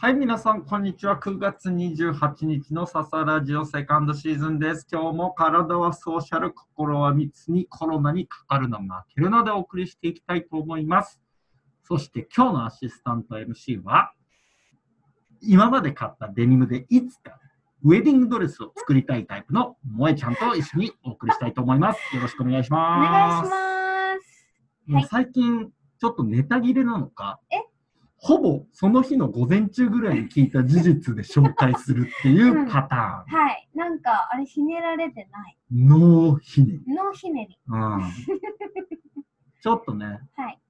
はい、皆さん、こんにちは。9月28日の笹ラジオセカンドシーズンです。今日も体はソーシャル、心は密に、コロナにかかるな、負けるなでお送りしていきたいと思います。そして今日のアシスタント MC は、今まで買ったデニムでいつかウェディングドレスを作りたいタイプの萌えちゃんと一緒にお送りしたいと思います。よろしくお願いしお願まいすし。ます。もう最近、ちょっとネタ切れなのか、ほぼその日の午前中ぐらいに聞いた事実で紹介するってい ううんパターはい。なんか、あれ、ひねられてない。ン。ノーひねり。のひねり。うん ちょっとね、はい。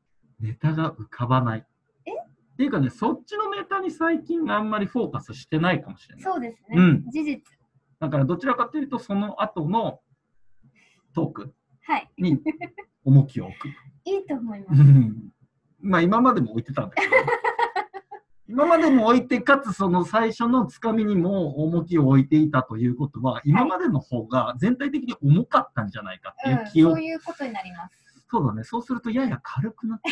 ネタが浮かばない。えっていうかね、そっちのネタに最近あんまりフォーカスしてないかもしれない。そうですね。うん事実。だからどちらかというと、その後のトークはい。に重きを置く。いいと思いまうす。んまあ今までも置いてたんだけ ど今までも置いてかつその最初のつかみにも重きを置いていたということは今までの方が全体的に重かったんじゃないかってういんう、気を、そういうことになります。そうだねそうするとやや軽くなって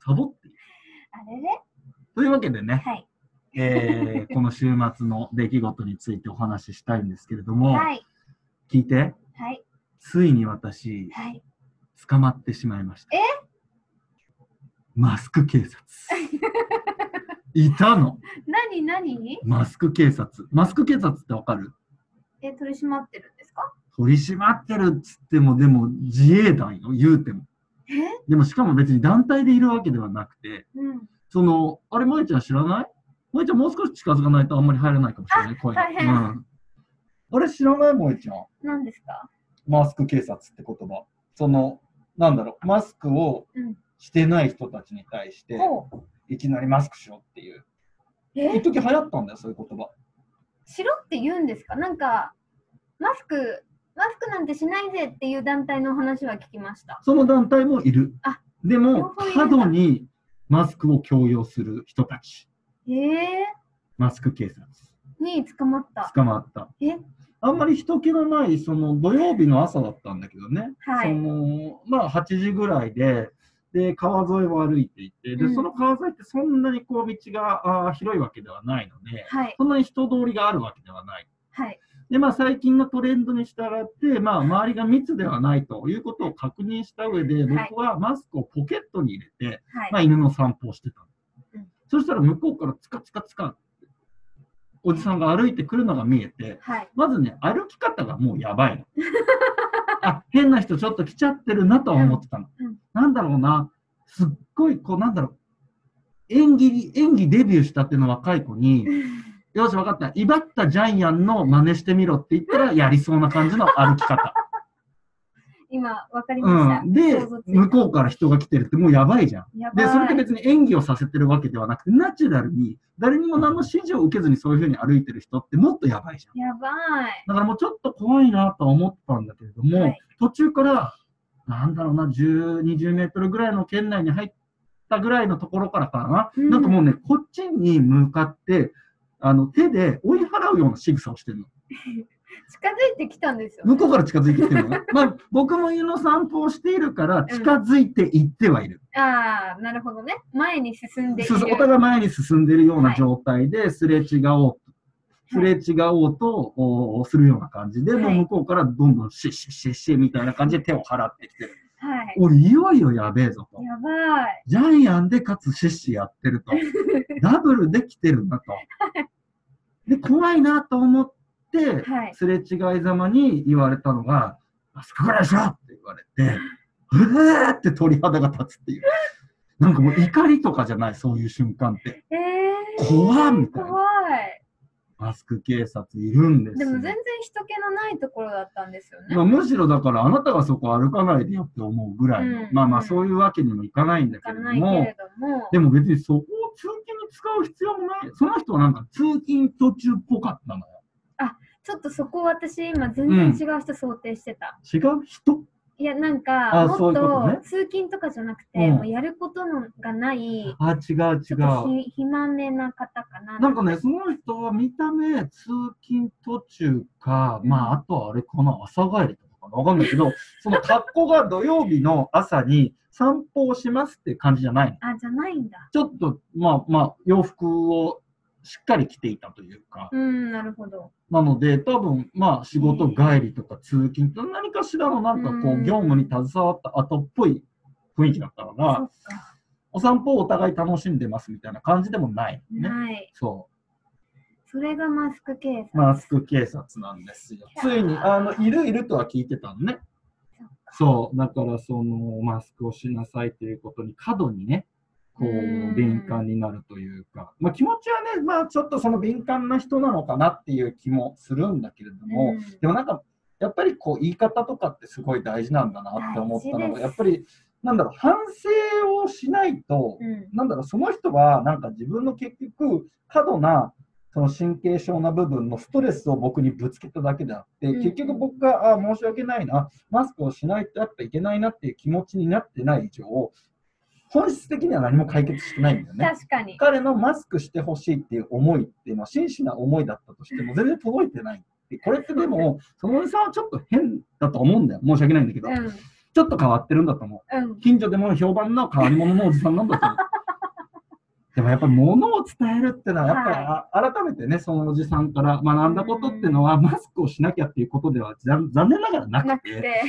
サボっているあれれというわけでね、はい。えー この週末の出来事についてお話ししたいんですけれども、はい。聞いてはい。ついに私はい。捕まってしまいましたえマスク警察いたのなになにマスク警察。マスク警察ってわかるえ、取り締まってるんですか取り締まってるっつっても、でも自衛団よ、言うても。えでもしかも別に団体でいるわけではなくて、うん。その、あれ、萌ちゃん知らない萌ちゃんもう少し近づかないとあんまり入らないかもしれない、声。大変うん、あれ知らない萌ちゃん。何ですかマスク警察って言葉。その、なんだろう、マスクをうんしてない人たちに対して、おういきなりマスクしろっていう。え一時流行ったんだよ、そういう言葉。しろって言うんですかなんか、マスク、マスクなんてしないぜっていう団体の話は聞きました。その団体もいるあ。で両も方いる、んだ過度にマスクを強要する人たち、ええマスク警察、に捕まった。捕まった。えあんまり人気のない、その土曜日の朝だったんだけどね、はいそのまあ、8時ぐらいで、で川沿いを歩いていて、でうんその川沿いってそんなにこう道があー広いわけではないので、はい。そんなに人通りがあるわけではない。はい。で、まあ、最近のトレンドに従って、まあ、周りが密ではないということを確認した上で、はい僕はマスクをポケットに入れて、はい。まあ、犬の散歩をしてたの、うんそしたら向こうからつかつかつかおじさんが歩いてくるのが見えて、はい。まずね、歩き方がもうやばいの。あ変な人ちょっと来ちゃってるなとは思ってたの。うんうんなんだろうな、すっごい、こう、なんだろう、演技、演技デビューしたての若い子に、よし、わかった。威張ったジャイアンの真似してみろって言ったら、やりそうな感じの歩き 方。今、わかりました。うん、で想像、ついた向こうから人が来てるってもうやばいじゃん。やばいで、それって別に演技をさせてるわけではなくて、ナチュラルに、誰にも何の指示を受けずにそういうふうに歩いてる人ってもっとやばいじゃん。やばい。だからもうちょっと怖いなとは思ったんだけれども、はい途中から、なんだろうな、10、20メートルぐらいの圏内に入ったぐらいのところからかな、うんなんかもうね、こっちに向かって、あの手で追い払うような仕草をしてるの。近づいてきたんですよ、ね。向こうから近づいてきて るのね。まあ、僕も犬の散歩をしているから、うん近づいていってはいる。ああ、なるほどね。前に進んでいる。そうそうお互い前に進んでるような状態で、すれ違おう。すれ違おうと、おするような感じで、もはうい向こうからどんどんシッシッシッシッみたいな感じで手を払ってきてる。はい。俺、いよいよやべえぞと。やばい。ジャイアンでかつシッシやって ると。ダブルできてるなと。で、怖いなと思って、はいすれ違いざまに言われたのが、あそこからでしょって言われて、うえーって鳥肌が立つっていう。なんかもう怒りとかじゃない、そういう瞬間って。えー、怖っみたいな。怖い。マスク警察いるんですでよも全然人気のないところだったんですよね。まあ、むしろだからあなたがそこ歩かないでよって思うぐらいの、うんまあまあうんそういうわけにもいかないんだ行かけれどないけも、れども。でも別にそこを通勤に使う必要もない。その人はなんか通勤途中っぽかったのよ。ちょっとそこ私今全然違う人想定してた。違う人いや、なんあかもそうっいうことねと通勤とかじゃなくて、うんもうやることのがない、あ、違うち違ょっとう。ひ暇めな方かな。なんかね、その人は見た目、通勤途中か、まあ、あとはあれかな、朝帰りとかかかわかんないけど、その格好が土曜日の朝に散歩をしますって感じじゃないの。あ、じゃないんだ。ちょっと、まあまあ、洋服をしっかり着ていたというか、うん、なるほど。なので、多分まあ仕事帰りとか通勤と何かしらのなんかこうう、ん業務に携わった後っぽい雰囲気だったかそら、っか。お散歩をお互い楽しんでますみたいな感じでもない、ね。はい。そそれがマスク警察。う。マスク警察なんですよ。ついに、あの、いるいるとは聞いてたのね。そう。だから、その、マスクをしなさいということに、過度にね、こうう、ん敏感になるというか、まあ気持ちはね、まあちょっとその敏感な人なのかなっていう気もするんだけれども、うんでもなんか、やっぱりこう、言い方とかってすごい大事なんだなって思ったの大が、事ですやっぱり、なんだろう、反省をしないと、うん。なんだろう、その人は、なんか自分の結局、過度な、その神経症な部分のストレスを僕にぶつけただけであって、うん結局僕が、あ申し訳ないな、マスクをしないとやっぱいけないなっていう気持ちになってない以上、本質的には何も解決してないんだよね。確かに。彼のマスクしてほしいっていう思いっていうのは真摯な思いだったとしても全然届いてない。でこれってでも、そのおじさんはちょっと変だと思うんだよ。申し訳ないんだけど、うん。ちょっと変わってるんだと思う。うん。近所でも評判の変わり者のおじさんなんだ と思う。でもやっぱり物を伝えるってのは、やっぱりあ、改めてね、そのおじさんから学んだことっていうのは、マスクをしなきゃっていうことでは残残念ながらななくくて、て。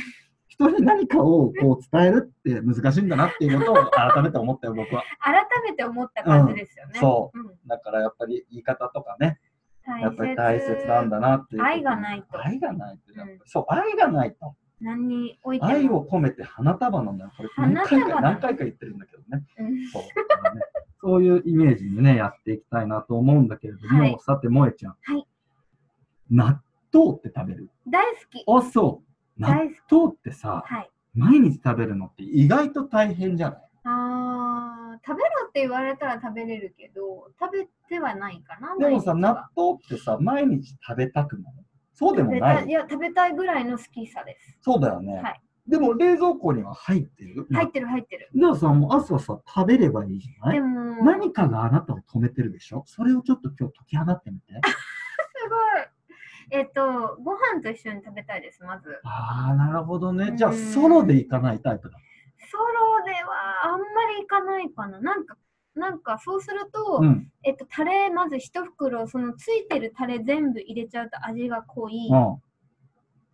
人に何かをこう伝えるって難しいんだなっていうことを改めて思ったよ、僕は。改めて思った感じですよね。そうん。う。だからやっぱり言い方とかね、大切やっぱり大切なんだなっていうこと。愛がないと愛がないと。やっぱりうそう、愛がないと。何においても愛を込めて花束なんだよ。これ何回花か束何回か言ってるんだけどね。うんそうだからねそういうイメージでね、やっていきたいなと思うんだけれども、はいさて、萌えちゃん。はい納豆って食べる大好き。あ、そう。納大好き。豆ってさ、はい。毎日食べるのって意外と大変じゃないあー食べろって言われたら食べれるけど、食べてはないかな。でもさ、毎日は納豆ってさ、毎日食べたくないそうで食もべなたいい。いや食べたいぐらいの好きさです。そうだよね。はいでも冷蔵庫には入ってる。入ってる入ってる。でもさ、もう朝さ、食べればいいじゃないでも何かがあなたを止めてるでしょそれをちょっと今日解き放ってみて。すごい。えっ、とご飯と一緒に食べたいですまず。ああ、なるほどね。じゃあ、うんソロで行かないタイプだ。ソロではあんまりいかないかな。なんかなんかそうすると、うん。えっとタレまず一袋そのついてるタレ全部入れちゃうと味が濃いうん。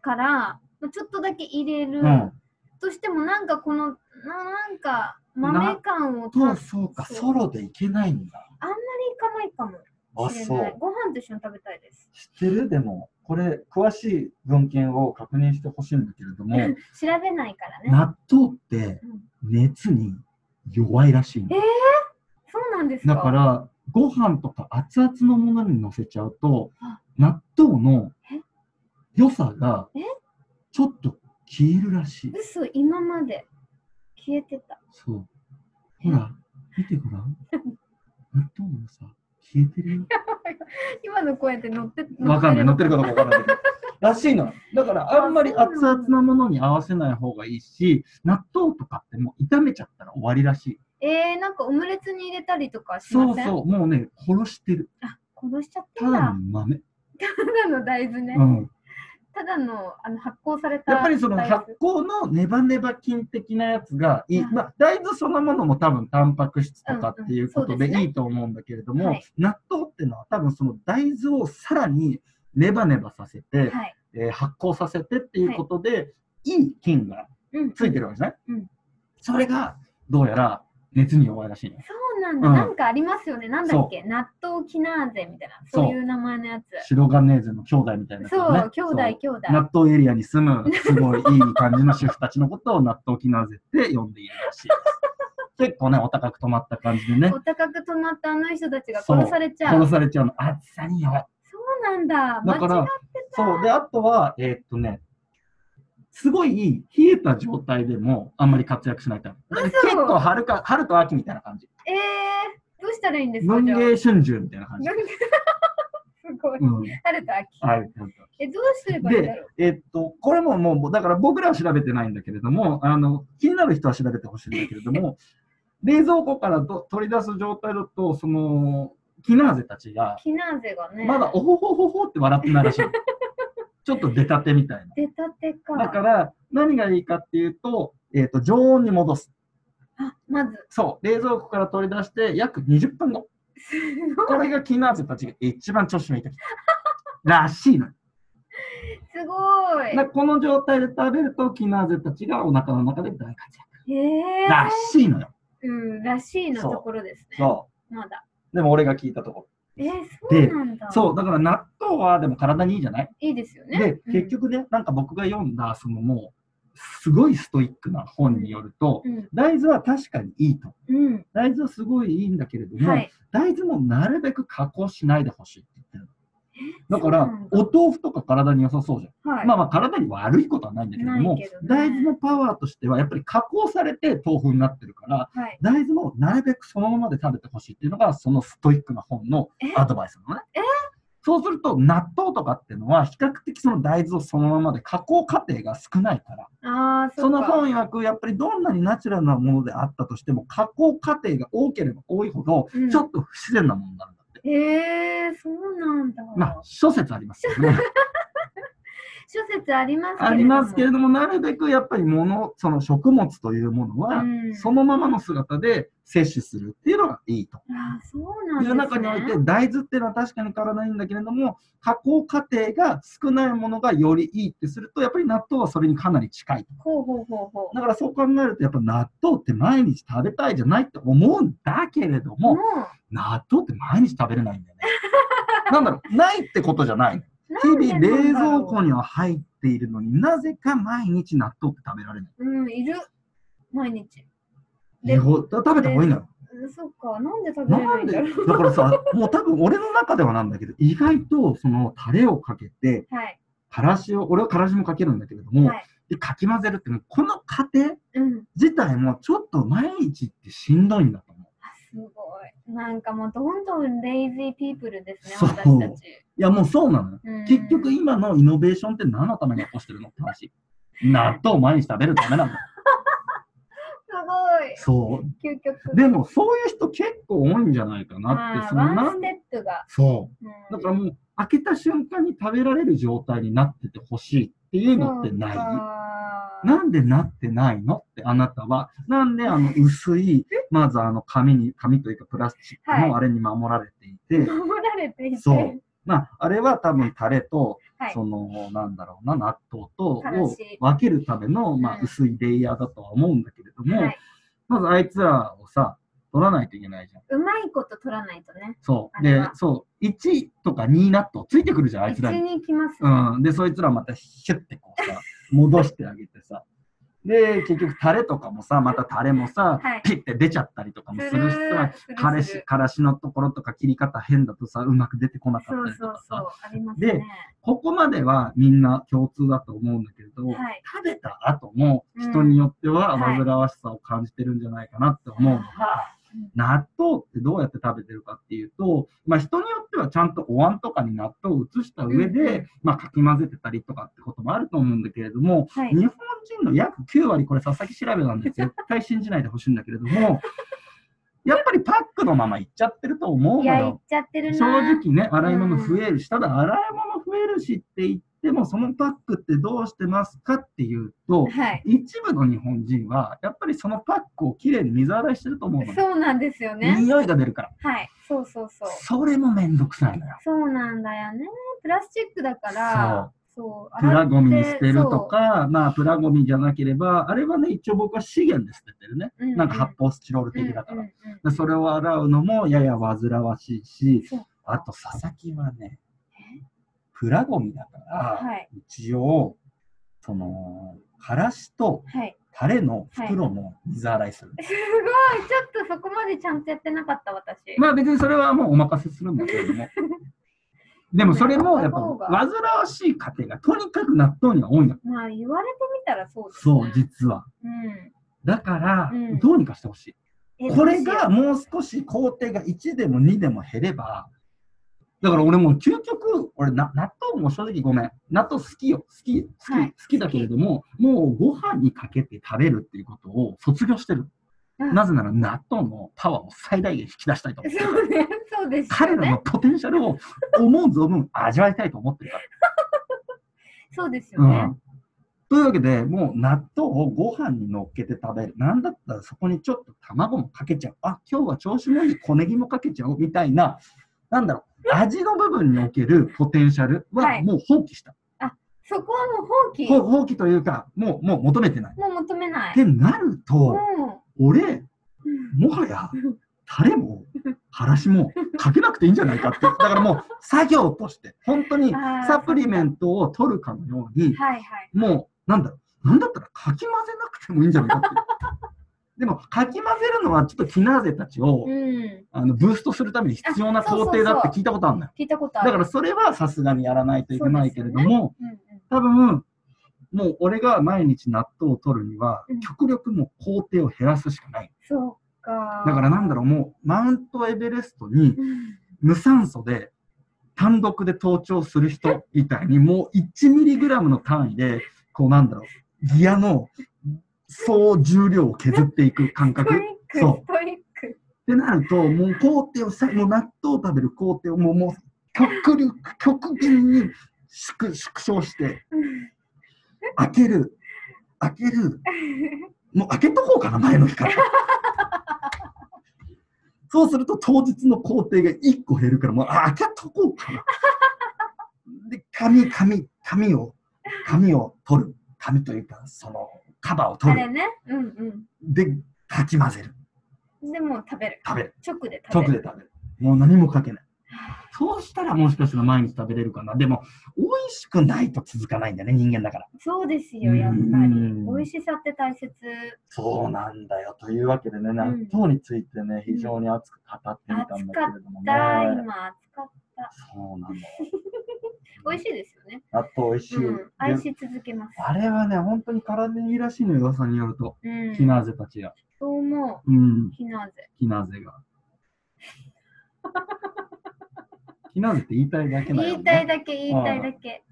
から、まあちょっとだけ入れる。うん。としてもなんかこのななんかな豆感をたそあんまう、りそうか。そうソロで行けないんだ。いかないかもあ、しれそない。う。ご飯と一緒に食べたいです。知ってるでも、これ、詳しい文献を確認してほしいんだけれども、 調べないからね。納豆ってうん熱に弱いらしいのえ。そうなんですか。だから、ご飯とか熱々のものに乗せちゃうとあ、納豆の良さがえ、ちょっと消えるらしい。嘘今まで消えてた。そう。ほら、見てごらん。納豆のさ、消えてるよ。今の声で乗って わかんない、乗乗っってるかどうかわかんないけど。らしいのよ。だから、あんまりあそう熱々ななのものに合わせない方がいいし、納豆とかってもう炒めちゃったら終わりらしい。てるえー、なんかオムレツに入れたりとかしそまうせんそう、もうね、殺してる。殺しちゃったたんだ。だの豆。ただの大豆ね。うん。ただのあの発酵されたやっぱりその大発豆酵のネバネバ菌的なやつがいい、うんまあ、大豆そのものも多分タンパク質とかっていうこうとんうんそうですでねいいと思うんだけれども、はい納豆ってのは多分その大豆をさらにネバネバさせて、はい。えー発酵させてっていうことで、い、い菌がうん。ついてるわけじゃない、うんそれがどうやら熱に弱いらしいのよそうなんだ、うんなんかありますよね。なんだっけ納豆キナーゼみたいな。そうそういう名前のやつ。白ガネーゼの兄弟みたいなやつそだう、ね、兄弟兄弟。納豆エリアに住むすごいいい感じの主婦たちのことを納豆キナーゼって呼んでいるら しいです結構ねお高く止まった感じでねお高く止まったあの人たちがそう殺されちゃう。殺されちゃうの暑さに弱いそうなんだ。だか間違らそうであとはえーっとねすごい冷えた状態でもあんまり活躍しないタイプ嘘結構春か春と秋みたいな感じえー、どうしたらいいんですか文じゃあ芸春秋みたいな感じ。文芸す ごい。うん、春と秋。はい。え、どうすればいいんだろうえっと、これももう、だから僕らは調べてないんだけれども、あの、気になる人は調べてほしいんだけれども、冷蔵庫からと取り出す状態だと、その、キナーゼたちが、キナーゼがね。まだおほほほほって笑ってないらしい。ちょっと出たてみたい出たてか。な。だから、何がいいかっていうと、えっ、と、常温に戻す。あ、まず。 そう、冷蔵庫から取り出して約20分後。すこごれい。がキナーズたちが一番調子のいい時。らしいのよ。すごだからこの状態で食べると、キナーゼたちがお腹の中で大活い。へえ躍。。らしいのよ。うん、らしいのそうところですね。そまだ。う。でも俺が聞いたとこえー、そうでなんだ。ろ。そう、だから納豆はでも体にいいじゃないいいですよね。で、うん結、局ね、なんか僕が読んだ、そのもう、すごいストイックな本によると、うん、大豆は確かにいいと。うん、大豆はすごいいいんだけれども、はい。大豆もなるべく加工しないでほしいって言ってるの。だかそうらなん、だお豆腐とか体に良さそうじゃん。はい。まあまあ体に悪いことはないんだけども、ないけどね大豆のパワーとしてはやっぱり加工されて豆腐になってるから、はい。大豆もなるべくそのままで食べてほしいっていうのが、そのストイックな本のえアドバイスなのね。そうすると、納豆とかっていうのは、比較的その大豆をそのままで加工過程が少ないから、ああ、そのうか本曰く、やっぱりどんなにナチュラルなものであったとしても、加工過程が多ければ多いほど、うんちょっと不自然なものになるんだって。へえ、そうなんだ。まあ、諸説ありますけどね。諸説ありますけれども。ありますけれども、なるべくやっぱり物、その食物というものはう、ん、そのままの姿で摂取するっていうのがいいと。あーそうなんで世のすね。中において大豆っていうのは確かに体にいいんだけれども加工過程が少ないものがよりいいってするとやっぱり納豆はそれにかなり近いとほうほうほうほう。だからそう考えるとやっぱ納豆って毎日食べたいじゃないって思うんだけれども、も納豆って毎日食べれないんだ よねなんだろうないってことじゃないの日々冷蔵庫に。には入っているのになぜか毎日納豆って食べられないうん、いる。毎日。で日本食べた方がいいのようんそっか、なんで食べれなないんんでだろう。だからさもう多分俺の中ではなんだけど意外とそのタレをかけてはい。からしを、俺はからしもかけるんだけれども、はいでかき混ぜるっていうのはこの過程うん。自体もちょっと毎日ってしんどいんだと思あすごい。なんかもうどんどんレイジーピープルですね、そう私たち。う。いや、もうそうなのよ。うん結局、今のイノベーションって何のために起こしてるのって話。納豆を毎日食べるため なんだよ。すごい。そ究極。う。でも、そういう人結構多いんじゃないかなっあて、ーそのワなンスんテップが。そう。うんだからもう、開けた瞬間に食べられる状態になっててほしいっていうのってない。そうかなんでなってないのってあなたは、なんであの薄い、まずあの紙に、紙というかプラスチックはいのあれに守られていて、守られていて。そう。まあ、あれは多分タレと、はいその、なんだろうな、納豆とをからし分けるための、まあ、うん薄いレイヤーだとは思うんだけれども、はいまずあいつらをさ、取らないといけないじゃん。うまいこと取らないとね。そう。あれでは、そう、1とか2納豆ついてくるじゃん、あい一つらに。に来ますね。うん、でそいつらまたヒュッてこうさ戻してあげてさで結局タレとかもさまたタレもさ、はいピッて出ちゃったりとかもするしさするかするらすしるからしのところとか切り方変だとさうまく出てこなかそったうりとそうかそうさ、ありますねで。ここまではみんな共通だと思うんだけれど、はい食べた後もうん人によってははい煩わしさを感じてるんじゃないかなって思うのが、うん納豆ってどうやって食べてるかっていうと、まあ、人によってはちゃんとお椀とかに納豆を移した上で、うんうんまあ、かき混ぜてたりとかってこともあると思うんだけれども、はい。日本人の約9割これ佐々木調べなんで絶対信じないでほしいんだけれども やっぱりパックのままいっちゃってると思うのいや、行よっ。ちゃってるな。正直ね、洗い物増えるし、ただ洗い物増えるしって言っても、そのパックってどうしてますかっていうと、はい。一部の日本人は、やっぱりそのパックをきれいに水洗いしてると思うのよ。そうなんですよね。匂いが出るから。はい。そうそうそう。それもめんどくさいのよ。そうなんだよね。プラスチックだから、そう。プラゴミに捨てると洗って、か、まあプラゴミじゃなければ、あれはね、一応僕は資源で捨ててるね。そううなんか発泡スチロールうん的だから。うんうんでそれを洗うのもやや煩わしいしそう、あと佐々木はね、プラゴミだから、はい。一応、その、からしとはい。タレの袋も水洗いする。すごい。ちょっとそこまでちゃんとやってなかった、私。まあ別にそれはもうお任せするんだけれども。 でもそれもやっぱ煩わしい過程がとにかく納豆には多いんだ。まあ、言われてみたらそうですね。そう、実は。うんだからうん、どうにかしてほしい。え。これどうしがよもう少し工程が1でも2でも減れば、だから俺もう究極、俺な納豆も正直ごめん。納豆好きよ。好き、好き、はい好きだけれども、もうご飯にかけて食べるっていうことを卒業してる。うんなぜなら納豆のパワーを最大限引き出したいと思うってる そうね。そうですよね。彼らのポテンシャルを思う存分味わいたいと思ってるから。そうですようね。ん。というわけで、もう納豆をご飯に乗っけて食べる。なんだったらそこにちょっと卵もかけちゃう。あ、今日は調子のいい小ネギもかけちゃおうみたいな、なんだろう、味の部分におけるポテンシャルははいもう放棄した。そこはもうほ放放棄というか、もう、もう求めてない。棄。もう求めなっい。てなると、も俺、ううんもはや、タレも、からしもかけなくていいんじゃないかって。だからもう、作業として、本当にあーサプリメントを取るかのように、はいはい。もう、なんだろう、なんだったらかき混ぜなくてもいいんじゃないかっていう。でも、かき混ぜるのはちょっとキナーゼたちを、うん。あのブーストするために必要な工程だっあそうそうそてう聞いたことあるのよ。聞いたことあだる。からそれはさすがにやらないといけないけれども、うんうん、多分、もう俺が毎日納豆を取るにはうん、極力もう工程を減らすしかない。そうか。だからなんだろう、もうマウントエベレストにうん無酸素で単独で登頂する人みたいに、もう1ミリグラムの単位で、こうなんだろう、ギアの総重量を削っていく感スト覚。イっック、スそうトイック。てなると、もう工程をさ、もう納豆を食べる工程をもう、もう極力、極限に縮縮小して、うん開ける、開ける、もう開けとこうかな、前の日 から。そうすると当日の工程が1個減るから、もうあ開けとこうかな。で、紙、紙、紙を、紙を取る。紙というか、その、カバーを あ取れる。ね。うんで、かき混ぜる。うん。でもう食べる。食べる。直で食直べでる。食べる。もう何もかけない。そうしたらもしかしたら毎日食べれるかな。でも、美味しくないと続かないんだね、人間だから。そうですよ、やっぱり。うん美味しさって大切。そうなんだよ。というわけでね、ん納豆についてね、非常に熱く語ってみたんだけれどもね。だいま暑かっそうなんだよ。た。美味しいですよね。納豆美味しい。うん。愛でし続けます。あれはね、本当に体にいいらしいのよ、噂によると。うん。キナーゼたちが。そう思う。うん、ひなぜ。キナーゼ が。キナーゼって言いたいだけなの、ね。言いたいだけ言いたいだけ。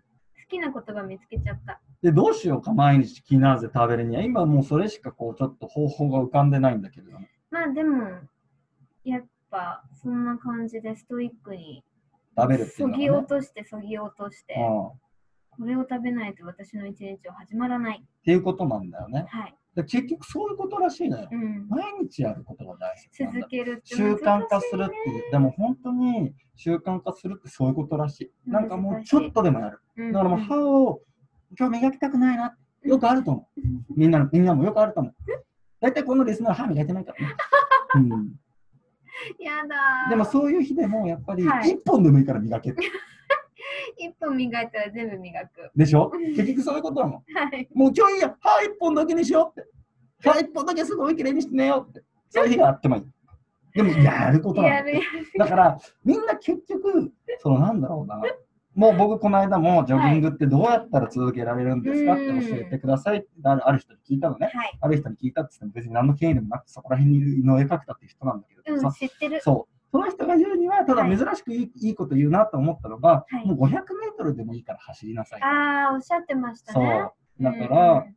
好きな言葉見つけちゃった。で、どうしようか、毎日キナーゼ食べるには。今もうそれしかこう、ちょっと方法が浮かんでないんだけれども。まあでも、やっぱそんな感じでストイックに、食べるっていそうのは、ね。ぎ落としてそぎ落として、うん。っこれを食べないと私の一日は始まらない。ていうことなんだよね。はい。で結局そういうことらしいのよ。うん。毎日やることが大切なんだ続けるって習慣化するっ難てしいう、でも本当に習慣化するってそういうことらしい。なんかもうちょっとでもやる。いね。だからもう歯を今日磨きたくないな。よくあると思う。みんなみんなもよくあると思う。大体このリスナー歯磨いてないからね。 うん、うんやだー。でもそういう日でもやっぱりはい一本でもいいから磨ける。一本磨いたら全部磨く。でしょ結局そういうことだもん。はい。もう今日いいや、歯一本だけにしようって。歯一本だけすごい綺麗にしてねようって。そういう日があってもいい。でもやることなんだやるやる。だから、みんな結局、そのなんだろうな。もう僕、この間もジョギングってどうやったら続けられるんですかっはいて教えてくださいってあるある人に聞いたのね。はい。ある人に聞いたって言っても別に何の権威でもなくそこら辺にいる井上角田っていう人なんだけどうん、さ、知ってる。そう。その人が言うには、ただはい珍しくいい,、い、いこと言うなと思ったのが、はいもう500メートルでもいいから走りなさい。ああ、おっしゃってましたそね。う。だから、うん、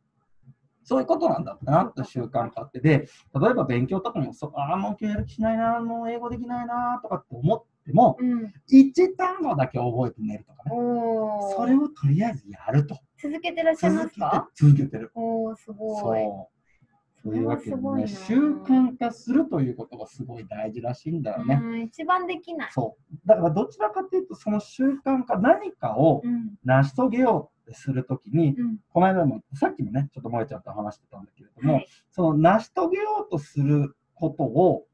そういうことなんだってなと習慣化ってで、例えば勉強とかもそう、ああ、もう今日やる気しないな、もう英語できないなとかって思っても、うん、一単語だけ覚えて寝るとかね。おお。それをとりあえずやると。続けてらっしゃいま続すけてか。続けてる。おお、すごい。そう。そういうわけでそれはね、す習ごいな慣化するということがすごい大事らしいんだよね。うん、一番できない。そう。だからどちらかというと、その習慣化、何かをうん、成し遂げようってするときに、うん、この間も、さっきもね、ちょっと萌えちゃんと話してたんだけれども、はいその成し遂げようとすることを、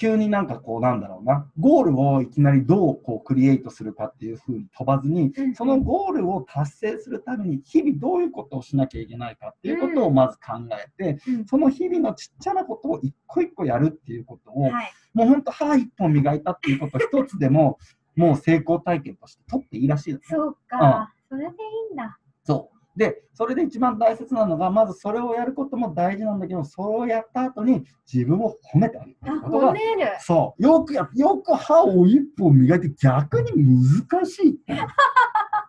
急になんかこうなんだろうな、ゴールをいきなりどうこうクリエイトするかっていうふうに飛ばずに、うんそのゴールを達成するために日々どういうことをしなきゃいけないかっていうことをまず考えて、うんその日々のちっちゃなことを一個一個やるっていうことを、はい、もうほんと歯一本磨いたっていうこと一つでも もう成功体験として取っていいらしいですね。そうか、それでいいんだ。そうでそれで一番大切なのがまずそれをやることも大事なんだけどそれをやった後に自分を褒めてあげるっていうあ、ことが褒める。そうよくやよく歯を一本磨いて逆に難しいっていう確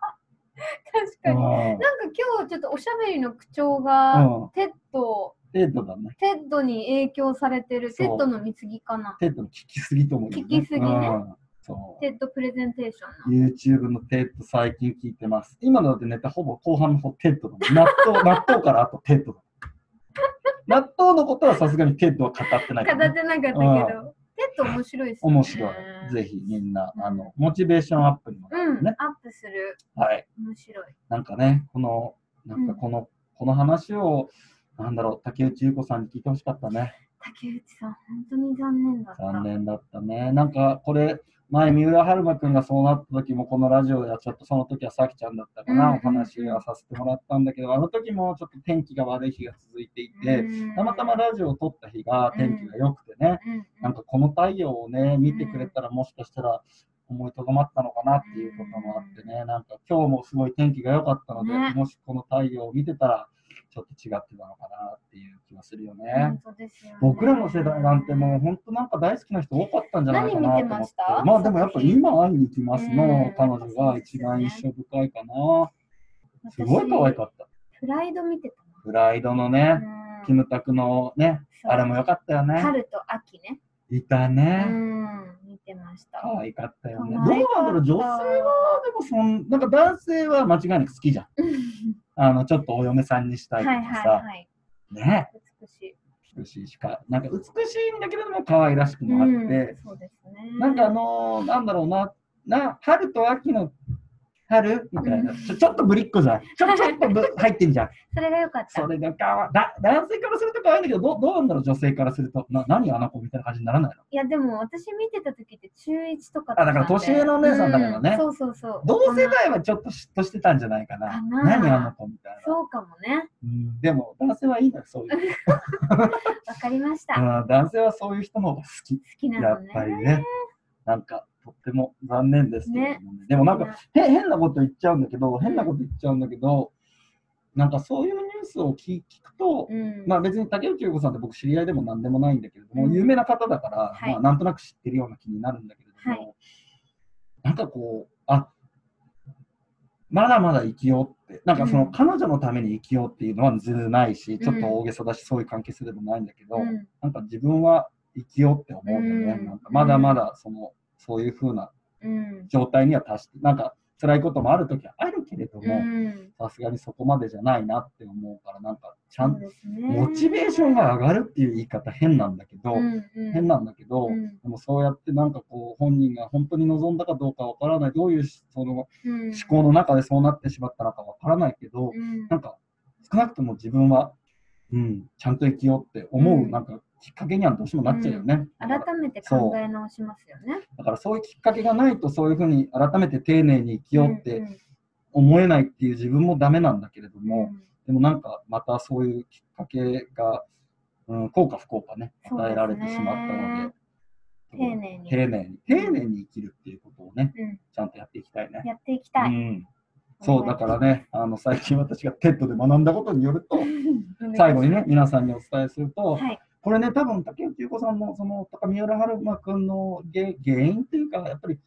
かうに。なんんか今日ちょっとおしゃべりの口調うがん、テッド、程度だねテッドに影響されてる、そうテッドの貢ぎかな。程度の聞きすぎと思うよ、聞きすぎねうんそう。テッドプレゼンテーションの。 YouTube のテッド最近聞いてます。今のだってネタほぼ後半の方テッドだもん。納 豆、納豆からあとテッドだもん。納豆のことはさすがにテッドは語ってないからね、語ってなかったけど、テッド面白いですね。面白い。ぜひみんな、あの、モチベーションアップにもなうるん、ね。アップする。はい。面白い。なんかね、この、なんかこの、この話を、なんだろう、竹内優子さんに聞いてほしかったね。竹内さん、本当に残念だった。残念だったね。なんかこれ、前、三浦春馬くんがそうなった時も、このラジオではちょっとその時はさきちゃんだったかうな、んお話はさせてもらったんだけど、あの時もちょっと天気が悪い日が続いていて、うんたまたまラジオを撮った日が天気が良くてね、うん、なんかこの太陽をね、見てくれたらもしかしたら思いとどまったのかなっていうこともあってね、なんか今日もすごい天気が良かったので、ねもしこの太陽を見てたら、ちょっと違ってたのかなっていう気がするよね。本当ですよね僕らの世代なんてもう本当なんか大好きな人多かったんじゃないかなと思って何見てましたあでもやっぱ今会いに行きますのうん彼女が一番印象深いかな私すごい可愛かったプライド見てたプライドのなねうんキムタクのねそうあれも良かったよね春と秋ね。いたうねん、見てました。可愛かったよね可どう愛かっなたんだろう女性はでもそんなんか男性は間違いなく好きじゃんあのちょっとお嫁さんにしたはいいとはかいさ、はい。ね美しい。美しいしかなんか美しいんだけれども可愛らしくもあって、うん、そうですね。なんかあのーなんだろうな、な春と秋の春みたいな、うんちょちょっとぶりっ子じ ゃん、ちょちょっとぶ入ってんじゃん、それが良かった。それがかわだ男性からすると可愛いんだけど、どうどうなんだろう、女性からすると、な何あの子みたいな感じにならないのいやでも私見てた時って中一とかあだから年上のお姉さんだからねうそうそうそう。同世代はちょっと嫉妬してたんじゃないかな、かな何あの子みたいな、そうかもね。うんでも男性はいいのよ、そういう人、わかりました。う好ん男性はそういう人の方が好き、きなやのっね。ぱりね、なんかとっても残念ですけれどもねでもなんか好きへ変なこと言っちゃうんだけど、変なこと言っちゃうんだけど、なんかそういうニュースを聞聞くと、うん。まあ別に竹内優子さんって僕知り合いでも何でもないんだけれども、うん有名な方だから、はいまあなんとなく知ってるような気になるんだけれども、なんかこう、あまだまだ生きようって、なんかそうのん彼女のために生きようっていうのはずるないし、ちょっと大げさだし、そういう関係性でもないんだけど、うんなんか自分は生きようって思うんだよね、うんなんかまだまだその、そういう風なうん。状態には達して、なんか辛いこともあるときはあるけれどうも、ん。さすがにそこまでじゃないなって思うから、なんかちゃそんうと、ですね。モチベーションが上がるっていう言い方変なんだけど、うんうん変なんだけど、うんでもそうやってなんかこう本人が本当に望んだかどうかわからない、どういうその思うん考の中でそうなってしまったのかわからないけど、うんなんか少なくとも自分は、うん、ちゃんと生きようって思う、うんなんかきっかけにはどうしてもなっちゃうよね。だから改めて考え直しますよね。だからそういうきっかけがないとそういうふうに改めて丁寧に生きようっうんてうん思えないっていう自分もダメなんだけれども、うんでもなんかまたそういうきっかけが、うん、効果不効果ねそうです与ねえられてしまったので丁寧に丁寧に丁寧に生きるっていうことをねうんちゃんとやっていきたいね。やっていきたうい。ん、そうだからねあの最近私がテッドで学んだことによるとうん最後にね皆さんにお伝えすると、はい。これね、多分竹内優子さんの、その、とか三浦春馬君の原原因というか、やっぱり、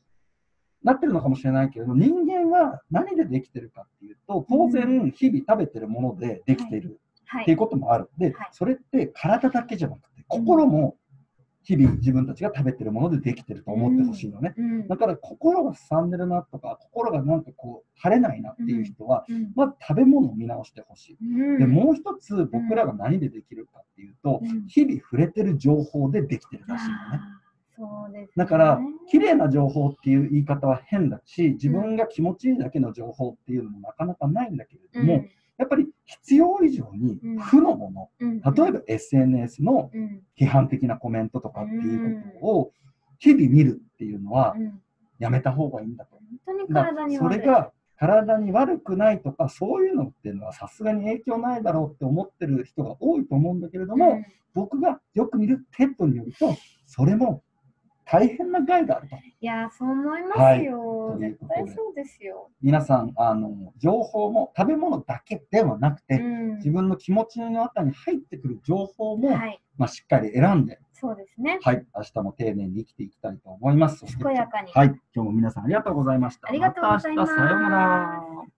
なってるのかもしれないけれども、人間は何でできてるかっていうと、当う然、日々食べてるものでできてるはっていい。うこともある。ではい、それって体だけじゃなくて、心も日々自分たちが食べてるものでできてると思ってほしいのね。うんだから、心がすさんでるなとか、心がなんかこう、晴れないなっていう人は、うんまず食べ物を見直してほしい。うんで、もう一つ、僕らが何でできるかっていうと、うん日々触れてる情報でできてるらしいのね。あーそうですね。だから、綺麗な情報っていう言い方は変だし、自分が気持ちいいだけの情報っていうのもなかなかないんだけれども、やっぱり必要以上にうん負のもうん、の、例えば SNS のうん、うん批判的なコメントとかっていうことを日々見るっていうのはうん、やめた方がいいんだと。本当にだか体らにそ悪いれが体に悪くないとかそういうのっていうのはさすがに影響ないだろうって思ってる人が多いと思うんだけれども、うん僕がよく見るテッドによると、それも大変な害があると。いやーそう思いますよ、はいという絶ことで対そうですよ、皆さん、あの情報も食べ物だけではなくて、うん自分の気持ちの中に入ってくる情報も、はいまあ、しっかり選んで、そうですねはい、明日も丁寧に生きていきたいと思います。そして健やかにはい、今日も皆さんありがとうございました。ありがとうございますた明日さようなら。